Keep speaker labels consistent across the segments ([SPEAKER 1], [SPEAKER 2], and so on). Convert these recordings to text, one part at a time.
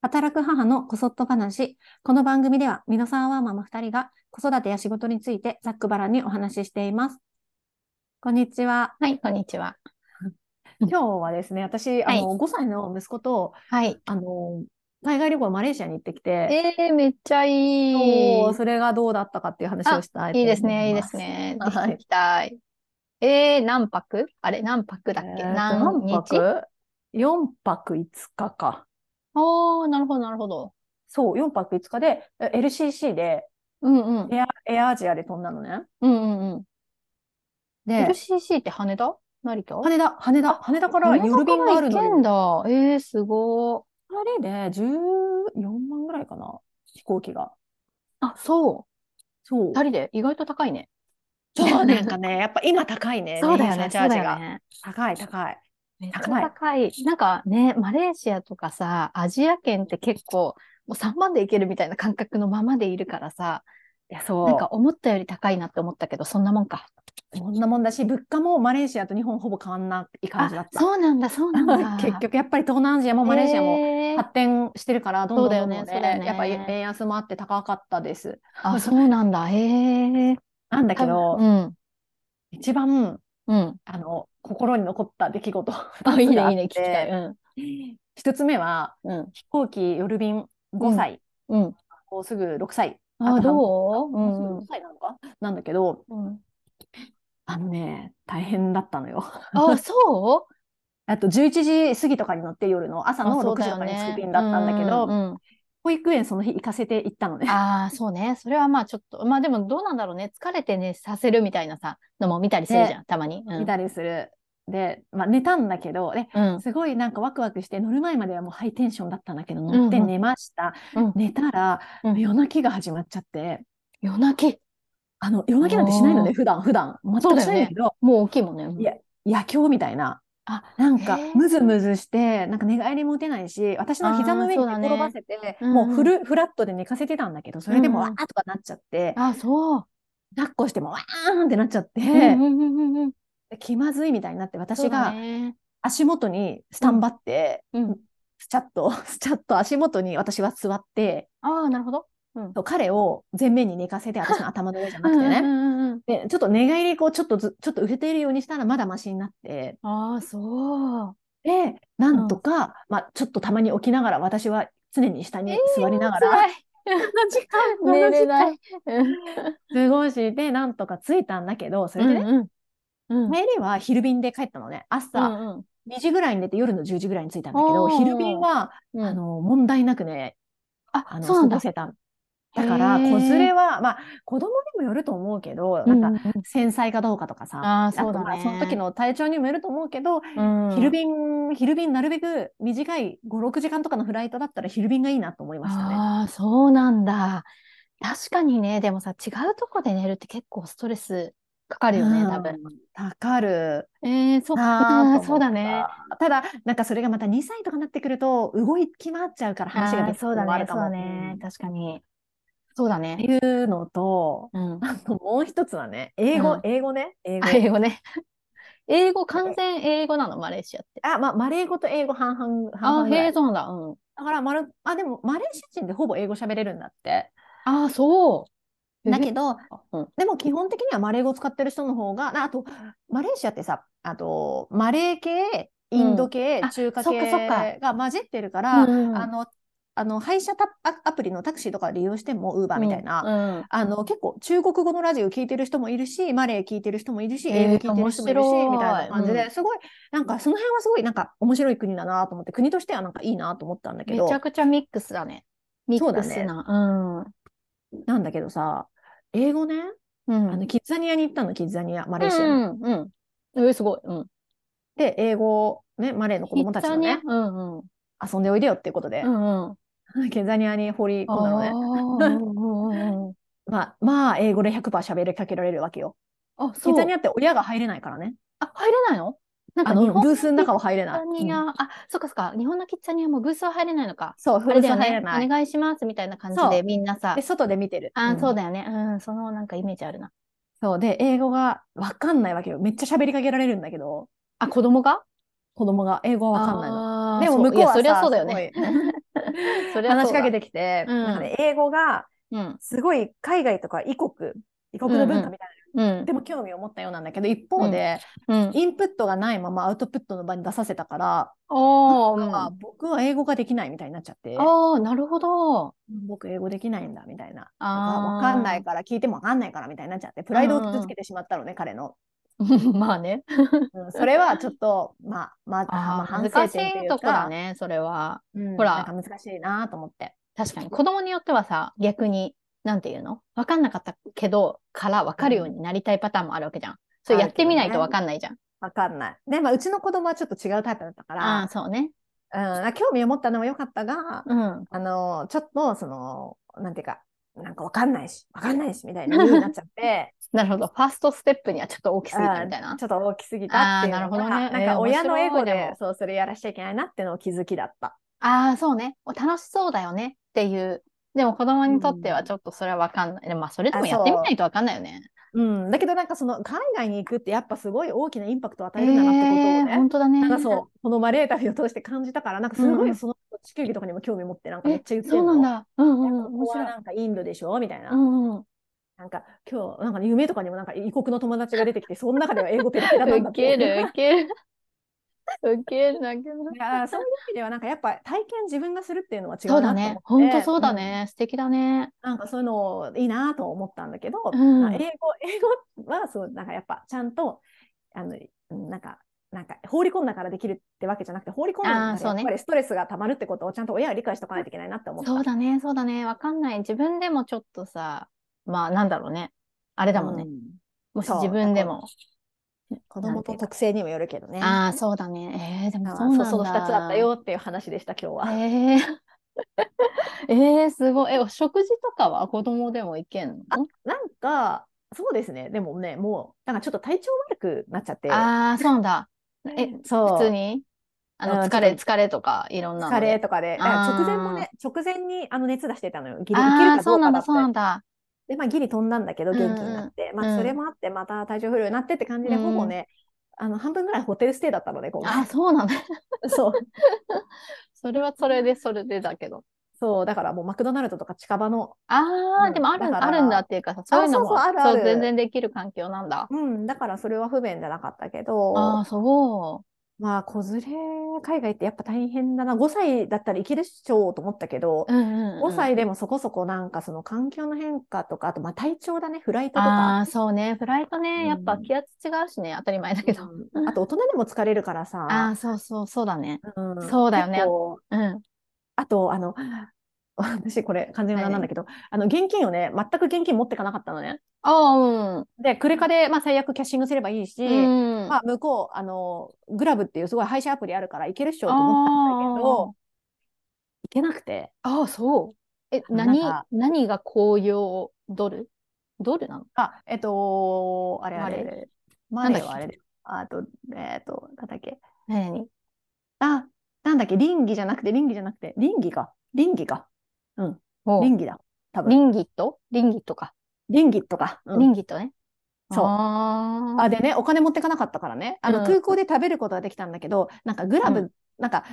[SPEAKER 1] 働く母のこそっと話。この番組では、ミノサーワーママ2人が子育てや仕事についてざっくばらんにお話ししています。こんにちは。
[SPEAKER 2] はい、こんにちは。
[SPEAKER 1] 今日はですね、私、あ
[SPEAKER 2] はい
[SPEAKER 1] の、5歳の息子と、
[SPEAKER 2] はい。
[SPEAKER 1] あの、海外旅行マレーシアに行ってきて、
[SPEAKER 2] えー、めっちゃいい。
[SPEAKER 1] そうそれがどうだったかっていう話をしたいと
[SPEAKER 2] いい
[SPEAKER 1] 思いま
[SPEAKER 2] ですね、いいです。ね。
[SPEAKER 1] はい
[SPEAKER 2] ぜひ聞きたい。えー、何泊あれ、何泊だっけ
[SPEAKER 1] えーと
[SPEAKER 2] 何
[SPEAKER 1] 何
[SPEAKER 2] 日
[SPEAKER 1] 泊 ?4 泊5日か。
[SPEAKER 2] おー、なるほど、なるほど。
[SPEAKER 1] そう、4泊5日で、え LCC で、
[SPEAKER 2] うんうん。
[SPEAKER 1] エア、エアアジアで飛んだのね。
[SPEAKER 2] うんうんうん。
[SPEAKER 1] で、
[SPEAKER 2] LCC って羽田成田
[SPEAKER 1] 羽田、羽田、羽田から
[SPEAKER 2] 羽田
[SPEAKER 1] 夜便がある
[SPEAKER 2] から行け
[SPEAKER 1] の
[SPEAKER 2] ん
[SPEAKER 1] よ。
[SPEAKER 2] だ。えー、すご
[SPEAKER 1] 2人で14万ぐらいかな、飛行機が。
[SPEAKER 2] ー。あ、そ
[SPEAKER 1] そう
[SPEAKER 2] う。。二人で意外と高いね。
[SPEAKER 1] そう、なんかね、やっぱ今高いね、
[SPEAKER 2] そうだよね、
[SPEAKER 1] 入
[SPEAKER 2] そ
[SPEAKER 1] 社チャ
[SPEAKER 2] うだ
[SPEAKER 1] ージ
[SPEAKER 2] よ
[SPEAKER 1] が。
[SPEAKER 2] ね。
[SPEAKER 1] 高い、高い。
[SPEAKER 2] めっちゃ
[SPEAKER 1] 高い
[SPEAKER 2] 高い。なんかね、マレーシアとかさ、アジア圏って結構、もう3万で行けるみたいな感覚のままでいるからさ、
[SPEAKER 1] いや、そう。
[SPEAKER 2] なんか思ったより高いなって思ったけど、そんなもんか。
[SPEAKER 1] こんなもんだし、物価もマレーシアと日本ほぼ変わんない感じだっ
[SPEAKER 2] あ
[SPEAKER 1] た。。
[SPEAKER 2] そうなんだ、そうなんだ
[SPEAKER 1] 結局、やっぱり東南アジアもマレーシアも
[SPEAKER 2] へー
[SPEAKER 1] 発展してるから、どんどんどんどん
[SPEAKER 2] そうだよねそうだよね
[SPEAKER 1] やっぱ円安もあって高かったです。
[SPEAKER 2] あ、そうなんだ。へえ。
[SPEAKER 1] なんだけど、
[SPEAKER 2] うん。
[SPEAKER 1] 一番、
[SPEAKER 2] うん。
[SPEAKER 1] あの、心に残った出来事二
[SPEAKER 2] あ、いい
[SPEAKER 1] つ
[SPEAKER 2] ね
[SPEAKER 1] が、あ
[SPEAKER 2] いいね、
[SPEAKER 1] っ
[SPEAKER 2] 聞きたい。
[SPEAKER 1] て、
[SPEAKER 2] うん。
[SPEAKER 1] 一つ目は、
[SPEAKER 2] うん。
[SPEAKER 1] 飛行機夜便5歳、
[SPEAKER 2] うん。
[SPEAKER 1] もうすぐ6歳、
[SPEAKER 2] あ、
[SPEAKER 1] あと半分
[SPEAKER 2] どうう
[SPEAKER 1] もうすぐ
[SPEAKER 2] ん
[SPEAKER 1] 5歳なのかなんだけど、
[SPEAKER 2] うん。うん。
[SPEAKER 1] あのね、大変だったのよ。
[SPEAKER 2] あ、そ
[SPEAKER 1] あと11時過ぎとかに乗って夜の
[SPEAKER 2] う
[SPEAKER 1] 朝
[SPEAKER 2] あ
[SPEAKER 1] の
[SPEAKER 2] そう
[SPEAKER 1] 6時
[SPEAKER 2] だ
[SPEAKER 1] と
[SPEAKER 2] よ
[SPEAKER 1] かに着
[SPEAKER 2] ね
[SPEAKER 1] く便だったんだけど、
[SPEAKER 2] うんうんうん
[SPEAKER 1] 保育園その日行かせて行ったのね。
[SPEAKER 2] ああ、そうね。それはまあちょっと、まあでもどうなんだろうね。疲れてね、させるみたいなさ、のも見たりするじゃん、たまに。うん。
[SPEAKER 1] 見たりする。で、まあ寝たんだけど、ね、
[SPEAKER 2] うん。
[SPEAKER 1] すごいなんかワクワクして乗る前まではもうハイテンションだったんだけど、乗って
[SPEAKER 2] うんうん
[SPEAKER 1] 寝ました。
[SPEAKER 2] うん
[SPEAKER 1] 寝たら、
[SPEAKER 2] うん
[SPEAKER 1] 夜泣きが始まっちゃって、
[SPEAKER 2] 夜泣き。
[SPEAKER 1] あの、夜泣きなんてしないの
[SPEAKER 2] あ
[SPEAKER 1] ね、
[SPEAKER 2] ー
[SPEAKER 1] 普段、普段。全
[SPEAKER 2] そう
[SPEAKER 1] く
[SPEAKER 2] だ
[SPEAKER 1] し
[SPEAKER 2] よね
[SPEAKER 1] ないんだけど、
[SPEAKER 2] もう大きいもんね。うん
[SPEAKER 1] いや野狂みたいな。
[SPEAKER 2] あ
[SPEAKER 1] なんか
[SPEAKER 2] へー、
[SPEAKER 1] ムズムズして、なんか寝返りも打てないし、私の膝の上に
[SPEAKER 2] あーそうだね
[SPEAKER 1] 転ばせて、
[SPEAKER 2] うん
[SPEAKER 1] もうフル、フラットで寝かせてたんだけど、それでも
[SPEAKER 2] うん
[SPEAKER 1] わ
[SPEAKER 2] う
[SPEAKER 1] ー
[SPEAKER 2] ん
[SPEAKER 1] とかなっちゃって、
[SPEAKER 2] あ、そう。
[SPEAKER 1] 抱っこしてもわーんってなっちゃって、
[SPEAKER 2] うんうんうんうんうん
[SPEAKER 1] 気まずいみたいになって、
[SPEAKER 2] そう
[SPEAKER 1] 私
[SPEAKER 2] だ
[SPEAKER 1] が
[SPEAKER 2] ね。
[SPEAKER 1] 足元にスタンバって、
[SPEAKER 2] うん。
[SPEAKER 1] スチャッと、 スチャッと足元に私は座って、
[SPEAKER 2] ああ、なるほど。うん。
[SPEAKER 1] 彼を前面に寝かせて、私の頭の上じゃな
[SPEAKER 2] う
[SPEAKER 1] く
[SPEAKER 2] ん
[SPEAKER 1] て
[SPEAKER 2] う
[SPEAKER 1] ね。
[SPEAKER 2] んうんうん
[SPEAKER 1] で、ちょっと寝返り、こう、ちょっとず、ちょっと触れているようにしたら、まだマシになって、
[SPEAKER 2] ああ、そう。
[SPEAKER 1] で、なんとか、まあ、ちょっとたまに起きながら、私は常に下に座りながら、
[SPEAKER 2] 辛い。
[SPEAKER 1] 時間
[SPEAKER 2] 寝れない。
[SPEAKER 1] 過ごして、なんとか着いたんだけど、それでね、
[SPEAKER 2] うんうん。うん。
[SPEAKER 1] 帰りは昼便で帰ったのね。
[SPEAKER 2] う
[SPEAKER 1] 朝
[SPEAKER 2] んうん
[SPEAKER 1] 2時ぐらいに寝て、夜の10時ぐらいに着いたんだけど、
[SPEAKER 2] おー
[SPEAKER 1] 昼便は、
[SPEAKER 2] うん
[SPEAKER 1] あの、問題なくね、あ
[SPEAKER 2] あ、
[SPEAKER 1] の、
[SPEAKER 2] そうなん
[SPEAKER 1] 過
[SPEAKER 2] だ
[SPEAKER 1] ご。せたん。だから、
[SPEAKER 2] へー
[SPEAKER 1] 子連れは、まあ、子供にもよると思うけど、
[SPEAKER 2] う
[SPEAKER 1] なんか、
[SPEAKER 2] ん
[SPEAKER 1] 繊細かどうかとかさ、
[SPEAKER 2] ああ、そう
[SPEAKER 1] と
[SPEAKER 2] だ
[SPEAKER 1] ま
[SPEAKER 2] ね。
[SPEAKER 1] その時の体調にもよると思うけど、
[SPEAKER 2] うん、
[SPEAKER 1] 昼便、昼便なるべく短い5、6時間とかのフライトだったら昼便がいいなと思いましたね。
[SPEAKER 2] ああ、そうなんだ。確かにね、でもさ、違うとこで寝るって結構ストレスかかるよね、多分。
[SPEAKER 1] うん。かかる。
[SPEAKER 2] ええ、そう
[SPEAKER 1] な
[SPEAKER 2] あ
[SPEAKER 1] あ
[SPEAKER 2] ーそうだね。。
[SPEAKER 1] と思ったただ、なんかそれがまた2歳とかになってくると、動き回っちゃうから話が
[SPEAKER 2] あー
[SPEAKER 1] 別
[SPEAKER 2] そう
[SPEAKER 1] に
[SPEAKER 2] だ
[SPEAKER 1] もある
[SPEAKER 2] ね、
[SPEAKER 1] か
[SPEAKER 2] そ
[SPEAKER 1] も。
[SPEAKER 2] うだ
[SPEAKER 1] うん
[SPEAKER 2] ね。確かに。そうだ
[SPEAKER 1] って
[SPEAKER 2] ね。
[SPEAKER 1] いうのと、
[SPEAKER 2] うん。
[SPEAKER 1] あともう一つはね、英語、
[SPEAKER 2] うん
[SPEAKER 1] 英語ね、英語。
[SPEAKER 2] あ英語ね。英語、完全英語なの、マレーシアって。
[SPEAKER 1] あ、まあ、マレー語と英語半々、半々
[SPEAKER 2] ああ、
[SPEAKER 1] ぐら
[SPEAKER 2] へ
[SPEAKER 1] い
[SPEAKER 2] え、そうなんだ。うん。
[SPEAKER 1] だからマレ、あ、でも、マレーシア人でほぼ英語喋れるんだって。
[SPEAKER 2] ああ、そう。
[SPEAKER 1] だけ
[SPEAKER 2] ど、
[SPEAKER 1] ど、
[SPEAKER 2] うん。
[SPEAKER 1] でも基本的にはマレー語使ってる人の方が、なあと、マレーシアってさ、あと、マレー系、インド系、
[SPEAKER 2] うんあ
[SPEAKER 1] 中華
[SPEAKER 2] そっかそっ
[SPEAKER 1] 系
[SPEAKER 2] か
[SPEAKER 1] が混じってるか
[SPEAKER 2] う
[SPEAKER 1] ら、
[SPEAKER 2] ん
[SPEAKER 1] あの、あの、配車タアアプリのタクシーとか利用しても、ウーバーみたいな、
[SPEAKER 2] うん。
[SPEAKER 1] あの、結構中国語のラジオ聞いてる人もいるし、マレー聞いてる人もいるし、
[SPEAKER 2] へー
[SPEAKER 1] 英語聞いてる人もいるし、
[SPEAKER 2] 面白い
[SPEAKER 1] みたいな感じで、
[SPEAKER 2] う
[SPEAKER 1] すごい、なんかその辺はすごいなんか面白い国だなと思って、国としてはなんかいいなと思ったんだけ
[SPEAKER 2] め
[SPEAKER 1] ど
[SPEAKER 2] ちゃ、くちゃミックスだね。ミ
[SPEAKER 1] そう
[SPEAKER 2] ッ
[SPEAKER 1] だ
[SPEAKER 2] ク
[SPEAKER 1] ね
[SPEAKER 2] スな。
[SPEAKER 1] なんだけどさ、英語ね、
[SPEAKER 2] うん。うん。
[SPEAKER 1] あの、キッザニアに行ったの、キッザニア、マレーシアに。
[SPEAKER 2] うんうん。うん。え、すごい。うん。
[SPEAKER 1] で、英語、ね、マレーの子供たちのね
[SPEAKER 2] キッ、ザニアうんうん。
[SPEAKER 1] 遊んでおいでよっていうことで
[SPEAKER 2] う、んうん。
[SPEAKER 1] ケザニアに放り込んだのね。
[SPEAKER 2] あーうんうん うんうん
[SPEAKER 1] まあ、まあ、英語で100%喋りかけられるわけよ。
[SPEAKER 2] あ、
[SPEAKER 1] ケ
[SPEAKER 2] そう。
[SPEAKER 1] ザニアって親が入れないからね。
[SPEAKER 2] あ、入れないのなんか
[SPEAKER 1] あ
[SPEAKER 2] 日
[SPEAKER 1] の、
[SPEAKER 2] 本
[SPEAKER 1] ブースの中は入れ
[SPEAKER 2] キ
[SPEAKER 1] ない。
[SPEAKER 2] ッザニ
[SPEAKER 1] う
[SPEAKER 2] ア、
[SPEAKER 1] ん
[SPEAKER 2] あ、そっかそっか。日本のキッザニアもブースは入れないのか。
[SPEAKER 1] そう、
[SPEAKER 2] あ
[SPEAKER 1] フル
[SPEAKER 2] れ
[SPEAKER 1] ース
[SPEAKER 2] だよ
[SPEAKER 1] は入れ
[SPEAKER 2] ね。
[SPEAKER 1] ない。
[SPEAKER 2] お願いしますみたいな感じ
[SPEAKER 1] そう
[SPEAKER 2] でみんなさ
[SPEAKER 1] で、。外で見てる。
[SPEAKER 2] あ
[SPEAKER 1] ん
[SPEAKER 2] ー、そうだよね。うん、そのなんかイメージあるな。
[SPEAKER 1] そう。で、英語がわかんないわけよ。めっちゃ喋りかけられるんだけど、
[SPEAKER 2] あ、子供が
[SPEAKER 1] 子供が英語はわかんないの。
[SPEAKER 2] の
[SPEAKER 1] でも向こう
[SPEAKER 2] いや、
[SPEAKER 1] は
[SPEAKER 2] そりゃ
[SPEAKER 1] さ、
[SPEAKER 2] そうだよね。
[SPEAKER 1] すごい
[SPEAKER 2] そりゃ
[SPEAKER 1] 話
[SPEAKER 2] そ
[SPEAKER 1] し
[SPEAKER 2] うだ
[SPEAKER 1] かけてきて、
[SPEAKER 2] うん
[SPEAKER 1] なんかね、英語が
[SPEAKER 2] うん。
[SPEAKER 1] すごい海外とか異国、異国の文化みたいな、
[SPEAKER 2] うん
[SPEAKER 1] で。も興味を持ったようなんだけど、一方で、
[SPEAKER 2] うん。
[SPEAKER 1] インプットがないままアウトプットの場に出させたから、
[SPEAKER 2] おー、うん
[SPEAKER 1] あ僕は英語ができないみたいになっちゃって、
[SPEAKER 2] あー、なるほど。
[SPEAKER 1] 僕英語できないんだみたいな。
[SPEAKER 2] あー
[SPEAKER 1] わかんない。から聞いてもわかんないからみたいになっちゃってプライドを傷つけてしまったのね、彼の、
[SPEAKER 2] まあね。
[SPEAKER 1] うんそれはちょっとまあまあま
[SPEAKER 2] あ
[SPEAKER 1] あ
[SPEAKER 2] あ、
[SPEAKER 1] 反省
[SPEAKER 2] 難し
[SPEAKER 1] 点とい
[SPEAKER 2] いうとこだ
[SPEAKER 1] か、
[SPEAKER 2] ね、それは。
[SPEAKER 1] うん
[SPEAKER 2] ほら
[SPEAKER 1] なんか難しいなと思って
[SPEAKER 2] 確かに。子供によってはさ、逆に、なんていうのわかんなかったけど、からわかるようになりたいパターンもあるわけじゃん。それやってみないとわかんないじゃん。
[SPEAKER 1] わかんないで、まあ、うちの子供はちょっと違うタイプだったか
[SPEAKER 2] ああー、
[SPEAKER 1] ら、
[SPEAKER 2] そうね。
[SPEAKER 1] うん、興味を持ったのも良かったが
[SPEAKER 2] うん。
[SPEAKER 1] あのちょっとそのなんていうかなんかわかんないしわかんないしみたいな風になっちゃって
[SPEAKER 2] なるほど。ファーストステップにはちょっと大きすぎたみたいな
[SPEAKER 1] ち。ょっと大きすぎたっていうのが
[SPEAKER 2] あーなるほどね
[SPEAKER 1] んか親のエゴで,、
[SPEAKER 2] えー面白いでも
[SPEAKER 1] そうそれやらしちゃいけないなっていうのを気づきだった。
[SPEAKER 2] ああ、そうね。お楽しそうだよねっていう。でも子供にとってはちょっとそれはわかんない。でもまあ、それでもやってみないとわかんないよね。
[SPEAKER 1] うん、だけどなんかその海外に行くってやっぱすごい大きなインパクトを与
[SPEAKER 2] え
[SPEAKER 1] えるんだなってことをね、
[SPEAKER 2] ー本当だね。
[SPEAKER 1] なんかそう、このマレー旅を通して感じたから、なんかす
[SPEAKER 2] う
[SPEAKER 1] ご
[SPEAKER 2] んうん
[SPEAKER 1] いその地球儀とかにも興味持って、なんかめ
[SPEAKER 2] え
[SPEAKER 1] っちゃ言って
[SPEAKER 2] そう
[SPEAKER 1] るの。
[SPEAKER 2] なんだ。うんうん。
[SPEAKER 1] こ
[SPEAKER 2] 面
[SPEAKER 1] こは
[SPEAKER 2] 白い。
[SPEAKER 1] なんかインドでしょみたいな。
[SPEAKER 2] うんうん。
[SPEAKER 1] なんか今日、なんか夢とかにもなんか異国の友達が出てきて、その中では英語ペラペラなんだ
[SPEAKER 2] ウ
[SPEAKER 1] って
[SPEAKER 2] ケる、ウケる。ウケるだけど。
[SPEAKER 1] いやそういう意味では、なんかやっぱ体験自分がするっていうのは違
[SPEAKER 2] そう
[SPEAKER 1] う
[SPEAKER 2] だ
[SPEAKER 1] なと思って。
[SPEAKER 2] ね。本当そうだね。素敵だね。
[SPEAKER 1] うん。なんかそういうのいいなと思ったんだけど、
[SPEAKER 2] うん
[SPEAKER 1] まあ英語、英語はそう、なんかやっぱちゃんと、あの、うんなんか、なんか放り込んだからできるってわけじゃなくて放り込んだ
[SPEAKER 2] あー
[SPEAKER 1] ら
[SPEAKER 2] そう
[SPEAKER 1] や
[SPEAKER 2] ね
[SPEAKER 1] っぱりストレスがたまるってことをちゃんと親は理解しておかないといけないなって思った。
[SPEAKER 2] そうだね、そうだね。わかんない。自分でもちょっとさ、まあなんだろうね。あれだもんね。
[SPEAKER 1] うん
[SPEAKER 2] もし
[SPEAKER 1] そう
[SPEAKER 2] 自分でも。
[SPEAKER 1] 子
[SPEAKER 2] なん
[SPEAKER 1] 供
[SPEAKER 2] て
[SPEAKER 1] と
[SPEAKER 2] いうか
[SPEAKER 1] 特性にもよるけどね。
[SPEAKER 2] ああ、そうだね。えー、でも
[SPEAKER 1] あ
[SPEAKER 2] そ
[SPEAKER 1] そうう
[SPEAKER 2] なんだ。
[SPEAKER 1] その2つだった。よっていう話でした、今日は。
[SPEAKER 2] えー、えー、すごい。え、お食事とかは子供でもいけんの
[SPEAKER 1] なんか、そうですね、でもね、もう、なんかちょっと体調悪くなっちゃって、
[SPEAKER 2] ああ、そうなんだ。え、
[SPEAKER 1] そう
[SPEAKER 2] 普通にあの、
[SPEAKER 1] うん
[SPEAKER 2] 疲れ、
[SPEAKER 1] ちょっ
[SPEAKER 2] 疲れとか、いろんなの
[SPEAKER 1] 疲
[SPEAKER 2] で
[SPEAKER 1] れとかで、だから直前もね、直前にあの熱出してたのよ、ギリ、生きる
[SPEAKER 2] ああ、
[SPEAKER 1] か
[SPEAKER 2] そ
[SPEAKER 1] ど
[SPEAKER 2] う
[SPEAKER 1] うか
[SPEAKER 2] なん
[SPEAKER 1] だ
[SPEAKER 2] だ、
[SPEAKER 1] っ
[SPEAKER 2] そうなん
[SPEAKER 1] て。
[SPEAKER 2] だ。
[SPEAKER 1] で、まあ、ギリ飛んだんだけど、元気になって、
[SPEAKER 2] うん
[SPEAKER 1] まあ、それもあって、また体調不良になってって感じで、
[SPEAKER 2] うん
[SPEAKER 1] ほぼね、あの、半分ぐらいホテルステイだったので、今
[SPEAKER 2] あ、
[SPEAKER 1] 回。
[SPEAKER 2] そうなんだ。
[SPEAKER 1] そう、
[SPEAKER 2] それはそれで、それでだけど。
[SPEAKER 1] そう、だからもうマクドナルドとか近場の、
[SPEAKER 2] ああ、
[SPEAKER 1] うん
[SPEAKER 2] でもある、
[SPEAKER 1] だから
[SPEAKER 2] あるんだっていうかさ、そういうのも、
[SPEAKER 1] そうそうあるある
[SPEAKER 2] そう全然できる環境なんだ。
[SPEAKER 1] うん、だからそれは不便じゃなかったけ
[SPEAKER 2] あ
[SPEAKER 1] ど、
[SPEAKER 2] あ、そ
[SPEAKER 1] まあ、子連れ、海外ってやっぱ大変だな。5歳だったらいけるっしょと思ったけど
[SPEAKER 2] う。、うんうん、うん。
[SPEAKER 1] 5歳でもそこそこなんかその環境の変化とか、あとまあ体調だね、フライトと
[SPEAKER 2] あ
[SPEAKER 1] か。
[SPEAKER 2] あ、そうね。フライト
[SPEAKER 1] う
[SPEAKER 2] ね、
[SPEAKER 1] ん
[SPEAKER 2] やっぱ気圧違うしね、当たり前だけど。
[SPEAKER 1] うんあと大人でも疲れるから
[SPEAKER 2] あ
[SPEAKER 1] さ
[SPEAKER 2] あ、。そうそう、そうだね。
[SPEAKER 1] うん
[SPEAKER 2] そうだよね
[SPEAKER 1] 結構
[SPEAKER 2] うん。
[SPEAKER 1] あと、あの、 私これ完全ななんだけど、あの、現金をね、全く現金持ってかなかったのね。
[SPEAKER 2] ああ、うん。
[SPEAKER 1] で、クレカで、まあ最悪キャッシングすればいいし、
[SPEAKER 2] うん。
[SPEAKER 1] まあ向こう、あの、グラブっていうすごい配信アプリあるからいけるっしょと思ったんだけど、いけなくて。
[SPEAKER 2] ああ、そう。え、
[SPEAKER 1] あ
[SPEAKER 2] 何
[SPEAKER 1] なんか、
[SPEAKER 2] 何が紅葉ドルドルなの
[SPEAKER 1] あ、えっと、あれあ
[SPEAKER 2] マレ
[SPEAKER 1] れ、マレー
[SPEAKER 2] なんだっ
[SPEAKER 1] は
[SPEAKER 2] け
[SPEAKER 1] あれで、あと、えっと、なんだっけ、
[SPEAKER 2] 何
[SPEAKER 1] あ、なんだっけ、倫理じゃなくて、倫理じゃなくて、倫理か、倫理か、
[SPEAKER 2] お
[SPEAKER 1] 倫理だ、多
[SPEAKER 2] リ
[SPEAKER 1] 分。
[SPEAKER 2] ンギットリンギットか。
[SPEAKER 1] 倫理とか、うん
[SPEAKER 2] リンギットね。
[SPEAKER 1] そう
[SPEAKER 2] あー
[SPEAKER 1] あ、でね、お金持ってかなかったからね、あ
[SPEAKER 2] うん
[SPEAKER 1] の空港で食べることができたんだけど、なんかグラ
[SPEAKER 2] う
[SPEAKER 1] ブ、なんか、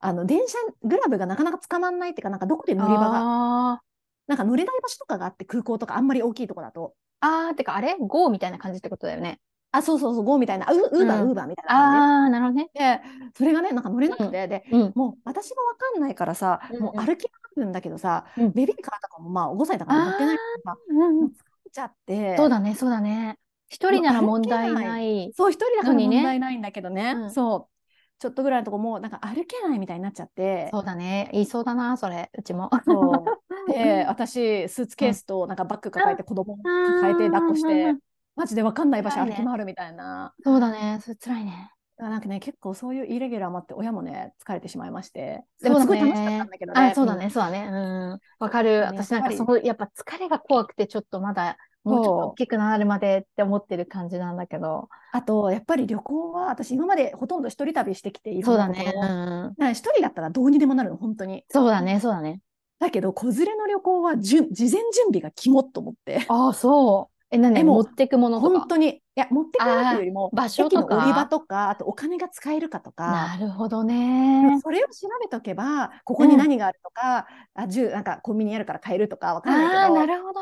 [SPEAKER 1] あの電車、グラブがなかなか捕まんないっていうか、なんかどこで乗り場が、
[SPEAKER 2] あ
[SPEAKER 1] なんか乗れない場所とかがあって、空港とかあんまり大きいとこだと、
[SPEAKER 2] ーあー、てかあれ ?GO みたいな感じってことだよね。
[SPEAKER 1] あ、そうそうそう、GO みたいな、ウウーバー、
[SPEAKER 2] うん
[SPEAKER 1] ウーバーみたいな感じ。
[SPEAKER 2] ああ、なるほどね。
[SPEAKER 1] で、それがね、なんか乗れなくて、で、
[SPEAKER 2] うん。
[SPEAKER 1] もう私もわかんないからさ、
[SPEAKER 2] うんうん
[SPEAKER 1] もう歩き回るんだけどさ、
[SPEAKER 2] うん
[SPEAKER 1] ベビーカーとかもまあ5歳だから乗ってないからさ、
[SPEAKER 2] うん、
[SPEAKER 1] 見ちゃって、
[SPEAKER 2] そうだね、そうだね。一人なら
[SPEAKER 1] もう
[SPEAKER 2] 問
[SPEAKER 1] 歩けない
[SPEAKER 2] 題ない。
[SPEAKER 1] そう、一人だから
[SPEAKER 2] のにね
[SPEAKER 1] 問題ないんだけどね、
[SPEAKER 2] うん
[SPEAKER 1] そう、ちょっとぐらいのとこもうなんか歩けないみたいになっちゃって、
[SPEAKER 2] そうだね。言いそうだな、それ、うちも。
[SPEAKER 1] そうで、私、スーツケースとなんかバッグ抱えて子供を抱えて抱っこし
[SPEAKER 2] うんうんう
[SPEAKER 1] て
[SPEAKER 2] ん、
[SPEAKER 1] マジでわかんない場所
[SPEAKER 2] 辛い
[SPEAKER 1] 歩
[SPEAKER 2] ね
[SPEAKER 1] き回るみたいな。
[SPEAKER 2] そうだね、それ辛いね。
[SPEAKER 1] だからなんかね、結構そういうイレギュラーもあって、親もね、疲れてしまいまして、
[SPEAKER 2] そ
[SPEAKER 1] で
[SPEAKER 2] うだ
[SPEAKER 1] も
[SPEAKER 2] ね
[SPEAKER 1] すごい楽しかったんだけどね。
[SPEAKER 2] あ、そうだね、そうだね。うん。わかる。
[SPEAKER 1] そうね
[SPEAKER 2] 私な
[SPEAKER 1] や
[SPEAKER 2] ん
[SPEAKER 1] っ
[SPEAKER 2] か
[SPEAKER 1] ぱり
[SPEAKER 2] その、やっぱ疲れが怖くて、ちょっとまだ、もうちょっと
[SPEAKER 1] そう
[SPEAKER 2] 大きくなるまでって思ってる感じなんだけど。
[SPEAKER 1] あと、やっぱり旅行は、私今までほとんど一人旅してきていろ
[SPEAKER 2] そうんだ
[SPEAKER 1] なところ
[SPEAKER 2] ね。うん。
[SPEAKER 1] ね一人だったらどうにでもなるの、本当に。
[SPEAKER 2] そうだね、そうだね。
[SPEAKER 1] だけど、子連れの旅行はじゅん事前準備が肝と思って。
[SPEAKER 2] ああ、そえ、何
[SPEAKER 1] えも
[SPEAKER 2] 持
[SPEAKER 1] う
[SPEAKER 2] ってくものとか
[SPEAKER 1] 本。当に、いや、持ってくるっていうよりも、
[SPEAKER 2] 場所
[SPEAKER 1] 駅
[SPEAKER 2] と
[SPEAKER 1] の
[SPEAKER 2] か。
[SPEAKER 1] 売り場とか、あとお金が使えるかとか、
[SPEAKER 2] なるほど ね。
[SPEAKER 1] それを調べとけば、ここに何があるとか、あ銃なんかコンビニあるから買えるとかわかんないけど、
[SPEAKER 2] ああ、なるほど。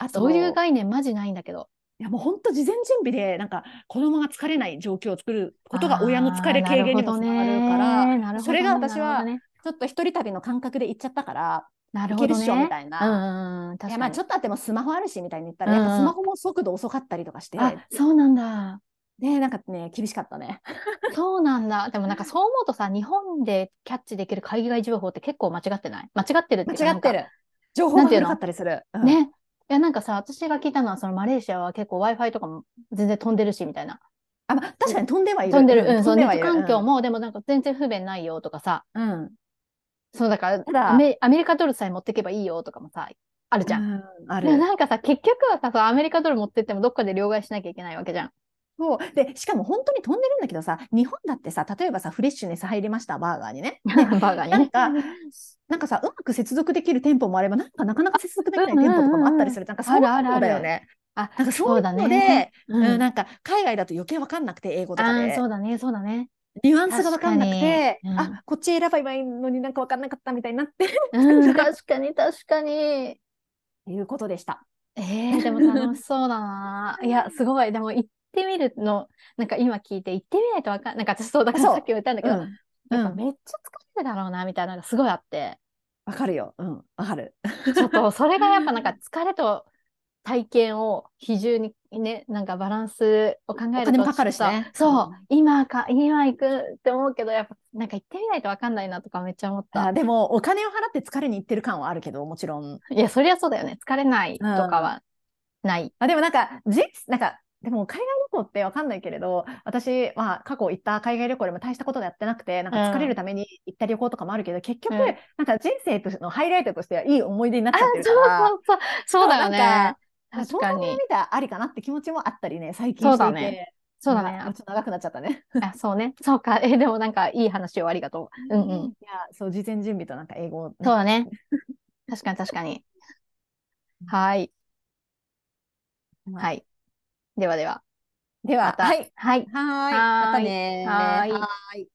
[SPEAKER 1] あと
[SPEAKER 2] そういう概念マジないんだけど。
[SPEAKER 1] いやもう本当事前準備でなんか子供が疲れない状況を作ることが親の疲れ軽減にもつながるから、
[SPEAKER 2] なるほどね
[SPEAKER 1] それが私は
[SPEAKER 2] なるほどね
[SPEAKER 1] ちょっと一人旅の感覚で行っちゃったから、
[SPEAKER 2] なる
[SPEAKER 1] 行
[SPEAKER 2] ほ
[SPEAKER 1] ける
[SPEAKER 2] ど
[SPEAKER 1] っ
[SPEAKER 2] ね。
[SPEAKER 1] しょみたいな。
[SPEAKER 2] うんうんうん、
[SPEAKER 1] い
[SPEAKER 2] 確
[SPEAKER 1] や
[SPEAKER 2] か
[SPEAKER 1] まあ
[SPEAKER 2] に
[SPEAKER 1] ちょっとあってもスマホあるしみたいに言ったら、
[SPEAKER 2] うんうん
[SPEAKER 1] やっぱスマホも速度遅かったりとかして、
[SPEAKER 2] あ、そうなんだ。
[SPEAKER 1] で、なんかね、厳しかったね。
[SPEAKER 2] そうなんだ。でもなんかそう思うとさ、日本でキャッチできる海外情報って結構間違ってない間違ってるっていうか
[SPEAKER 1] 間違って。
[SPEAKER 2] なん
[SPEAKER 1] る
[SPEAKER 2] か。
[SPEAKER 1] 情報が古かったりする。うん
[SPEAKER 2] ね。いやなんかさ、私が聞いたのは、そのマレーシアは結構 Wi-Fi とかも全然飛んでるし、みたいな。
[SPEAKER 1] あ、まあ、確かに飛んではいる。
[SPEAKER 2] 飛んでる。うん、そう、ネット
[SPEAKER 1] る
[SPEAKER 2] 環境も、でもなんか全然不便ないよとかさ、
[SPEAKER 1] うんうん
[SPEAKER 2] そうだから
[SPEAKER 1] ただ
[SPEAKER 2] アメ、アメリカドルさえ持ってけばいいよとかもさ、あるじゃん。
[SPEAKER 1] うんあ
[SPEAKER 2] でも
[SPEAKER 1] る。
[SPEAKER 2] なんかさ、結局はさ、そうアメリカドル持ってってもどっかで両替しなきゃいけないわけじゃん。
[SPEAKER 1] そうでしかも本当に飛んでるんだけどさ日本だってさ例えばさフレッシュネス入りましたバーガーにね
[SPEAKER 2] バーガーにね。
[SPEAKER 1] なんかなんかさうまく接続できる店舗もあればなんかなかなか接続できない店舗とかもあったりするなんかそういう
[SPEAKER 2] あるあるあ
[SPEAKER 1] の
[SPEAKER 2] る
[SPEAKER 1] だよね。
[SPEAKER 2] あ
[SPEAKER 1] なんかそういうの
[SPEAKER 2] そうだ
[SPEAKER 1] で
[SPEAKER 2] ね、
[SPEAKER 1] うん
[SPEAKER 2] うん
[SPEAKER 1] なんか海外だと余計わかんなくて英語とか
[SPEAKER 2] ああ、
[SPEAKER 1] で
[SPEAKER 2] そうだね、そうだ ね。
[SPEAKER 1] ニュアンスがわかんなくて、
[SPEAKER 2] 確かにうん
[SPEAKER 1] あこっち選べばいいのになんかわかんなかったみたいになってっ
[SPEAKER 2] うん、確かに、確かに。
[SPEAKER 1] ていうことでした。
[SPEAKER 2] えー、でも楽しそうだ な。いや、すごい。でも行ってみるの、なんか今聞いて行ってみないとわかんなんか私そう、だから
[SPEAKER 1] そう
[SPEAKER 2] さっきも言ったんだけど、
[SPEAKER 1] うん
[SPEAKER 2] やっ
[SPEAKER 1] う
[SPEAKER 2] ぱ
[SPEAKER 1] ん
[SPEAKER 2] めっちゃ疲れるだろうな、みたいなのがすごいあって。
[SPEAKER 1] わかるよ。うん、わかる。
[SPEAKER 2] ちょっと、それがやっぱなんか疲れと体験を比重にね、なんかバランスを考えると。
[SPEAKER 1] お金もかかるしね、
[SPEAKER 2] ちょっとそううん今か、今行くって思うけど、やっぱなんか行ってみないとわかんないなとかめっちゃ思っ
[SPEAKER 1] あ
[SPEAKER 2] た。
[SPEAKER 1] でも、お金を払って疲れに行ってる感はあるけど、もちろん。
[SPEAKER 2] いや、そりゃそうだよね。疲れないとかはない。
[SPEAKER 1] あでもなんか、じなんか、でも海外旅行ってわかんないけれど、私、まあ、過去行った海外旅行でも大したことやってなくて、なんか疲れるために行った旅行とかもあるけど、結局、
[SPEAKER 2] うん
[SPEAKER 1] なんか人生としてのハイライトとしてはいい思い出になっち
[SPEAKER 2] あ、
[SPEAKER 1] ゃって
[SPEAKER 2] そう
[SPEAKER 1] るから、
[SPEAKER 2] そうそう。そうだよね。
[SPEAKER 1] なんか
[SPEAKER 2] 確か
[SPEAKER 1] そう考え
[SPEAKER 2] に
[SPEAKER 1] て。みたらありかなって気持ちもあったりね、最近
[SPEAKER 2] そう
[SPEAKER 1] して
[SPEAKER 2] だ
[SPEAKER 1] いて。
[SPEAKER 2] ねそうだね。
[SPEAKER 1] まあちょっと長くなっちゃったね。
[SPEAKER 2] あ、そうね。そうか。え、でもなんかいい話をありがとう。うんう
[SPEAKER 1] い
[SPEAKER 2] ん。
[SPEAKER 1] や、そう、事前準備となんか英語をね、
[SPEAKER 2] そうだね。確かに確かに。はい。はい。ではでは。
[SPEAKER 1] では、
[SPEAKER 2] また
[SPEAKER 1] はい。
[SPEAKER 2] は
[SPEAKER 1] はー
[SPEAKER 2] い。
[SPEAKER 1] い。
[SPEAKER 2] はーい
[SPEAKER 1] またねー。
[SPEAKER 2] はーい
[SPEAKER 1] はーい。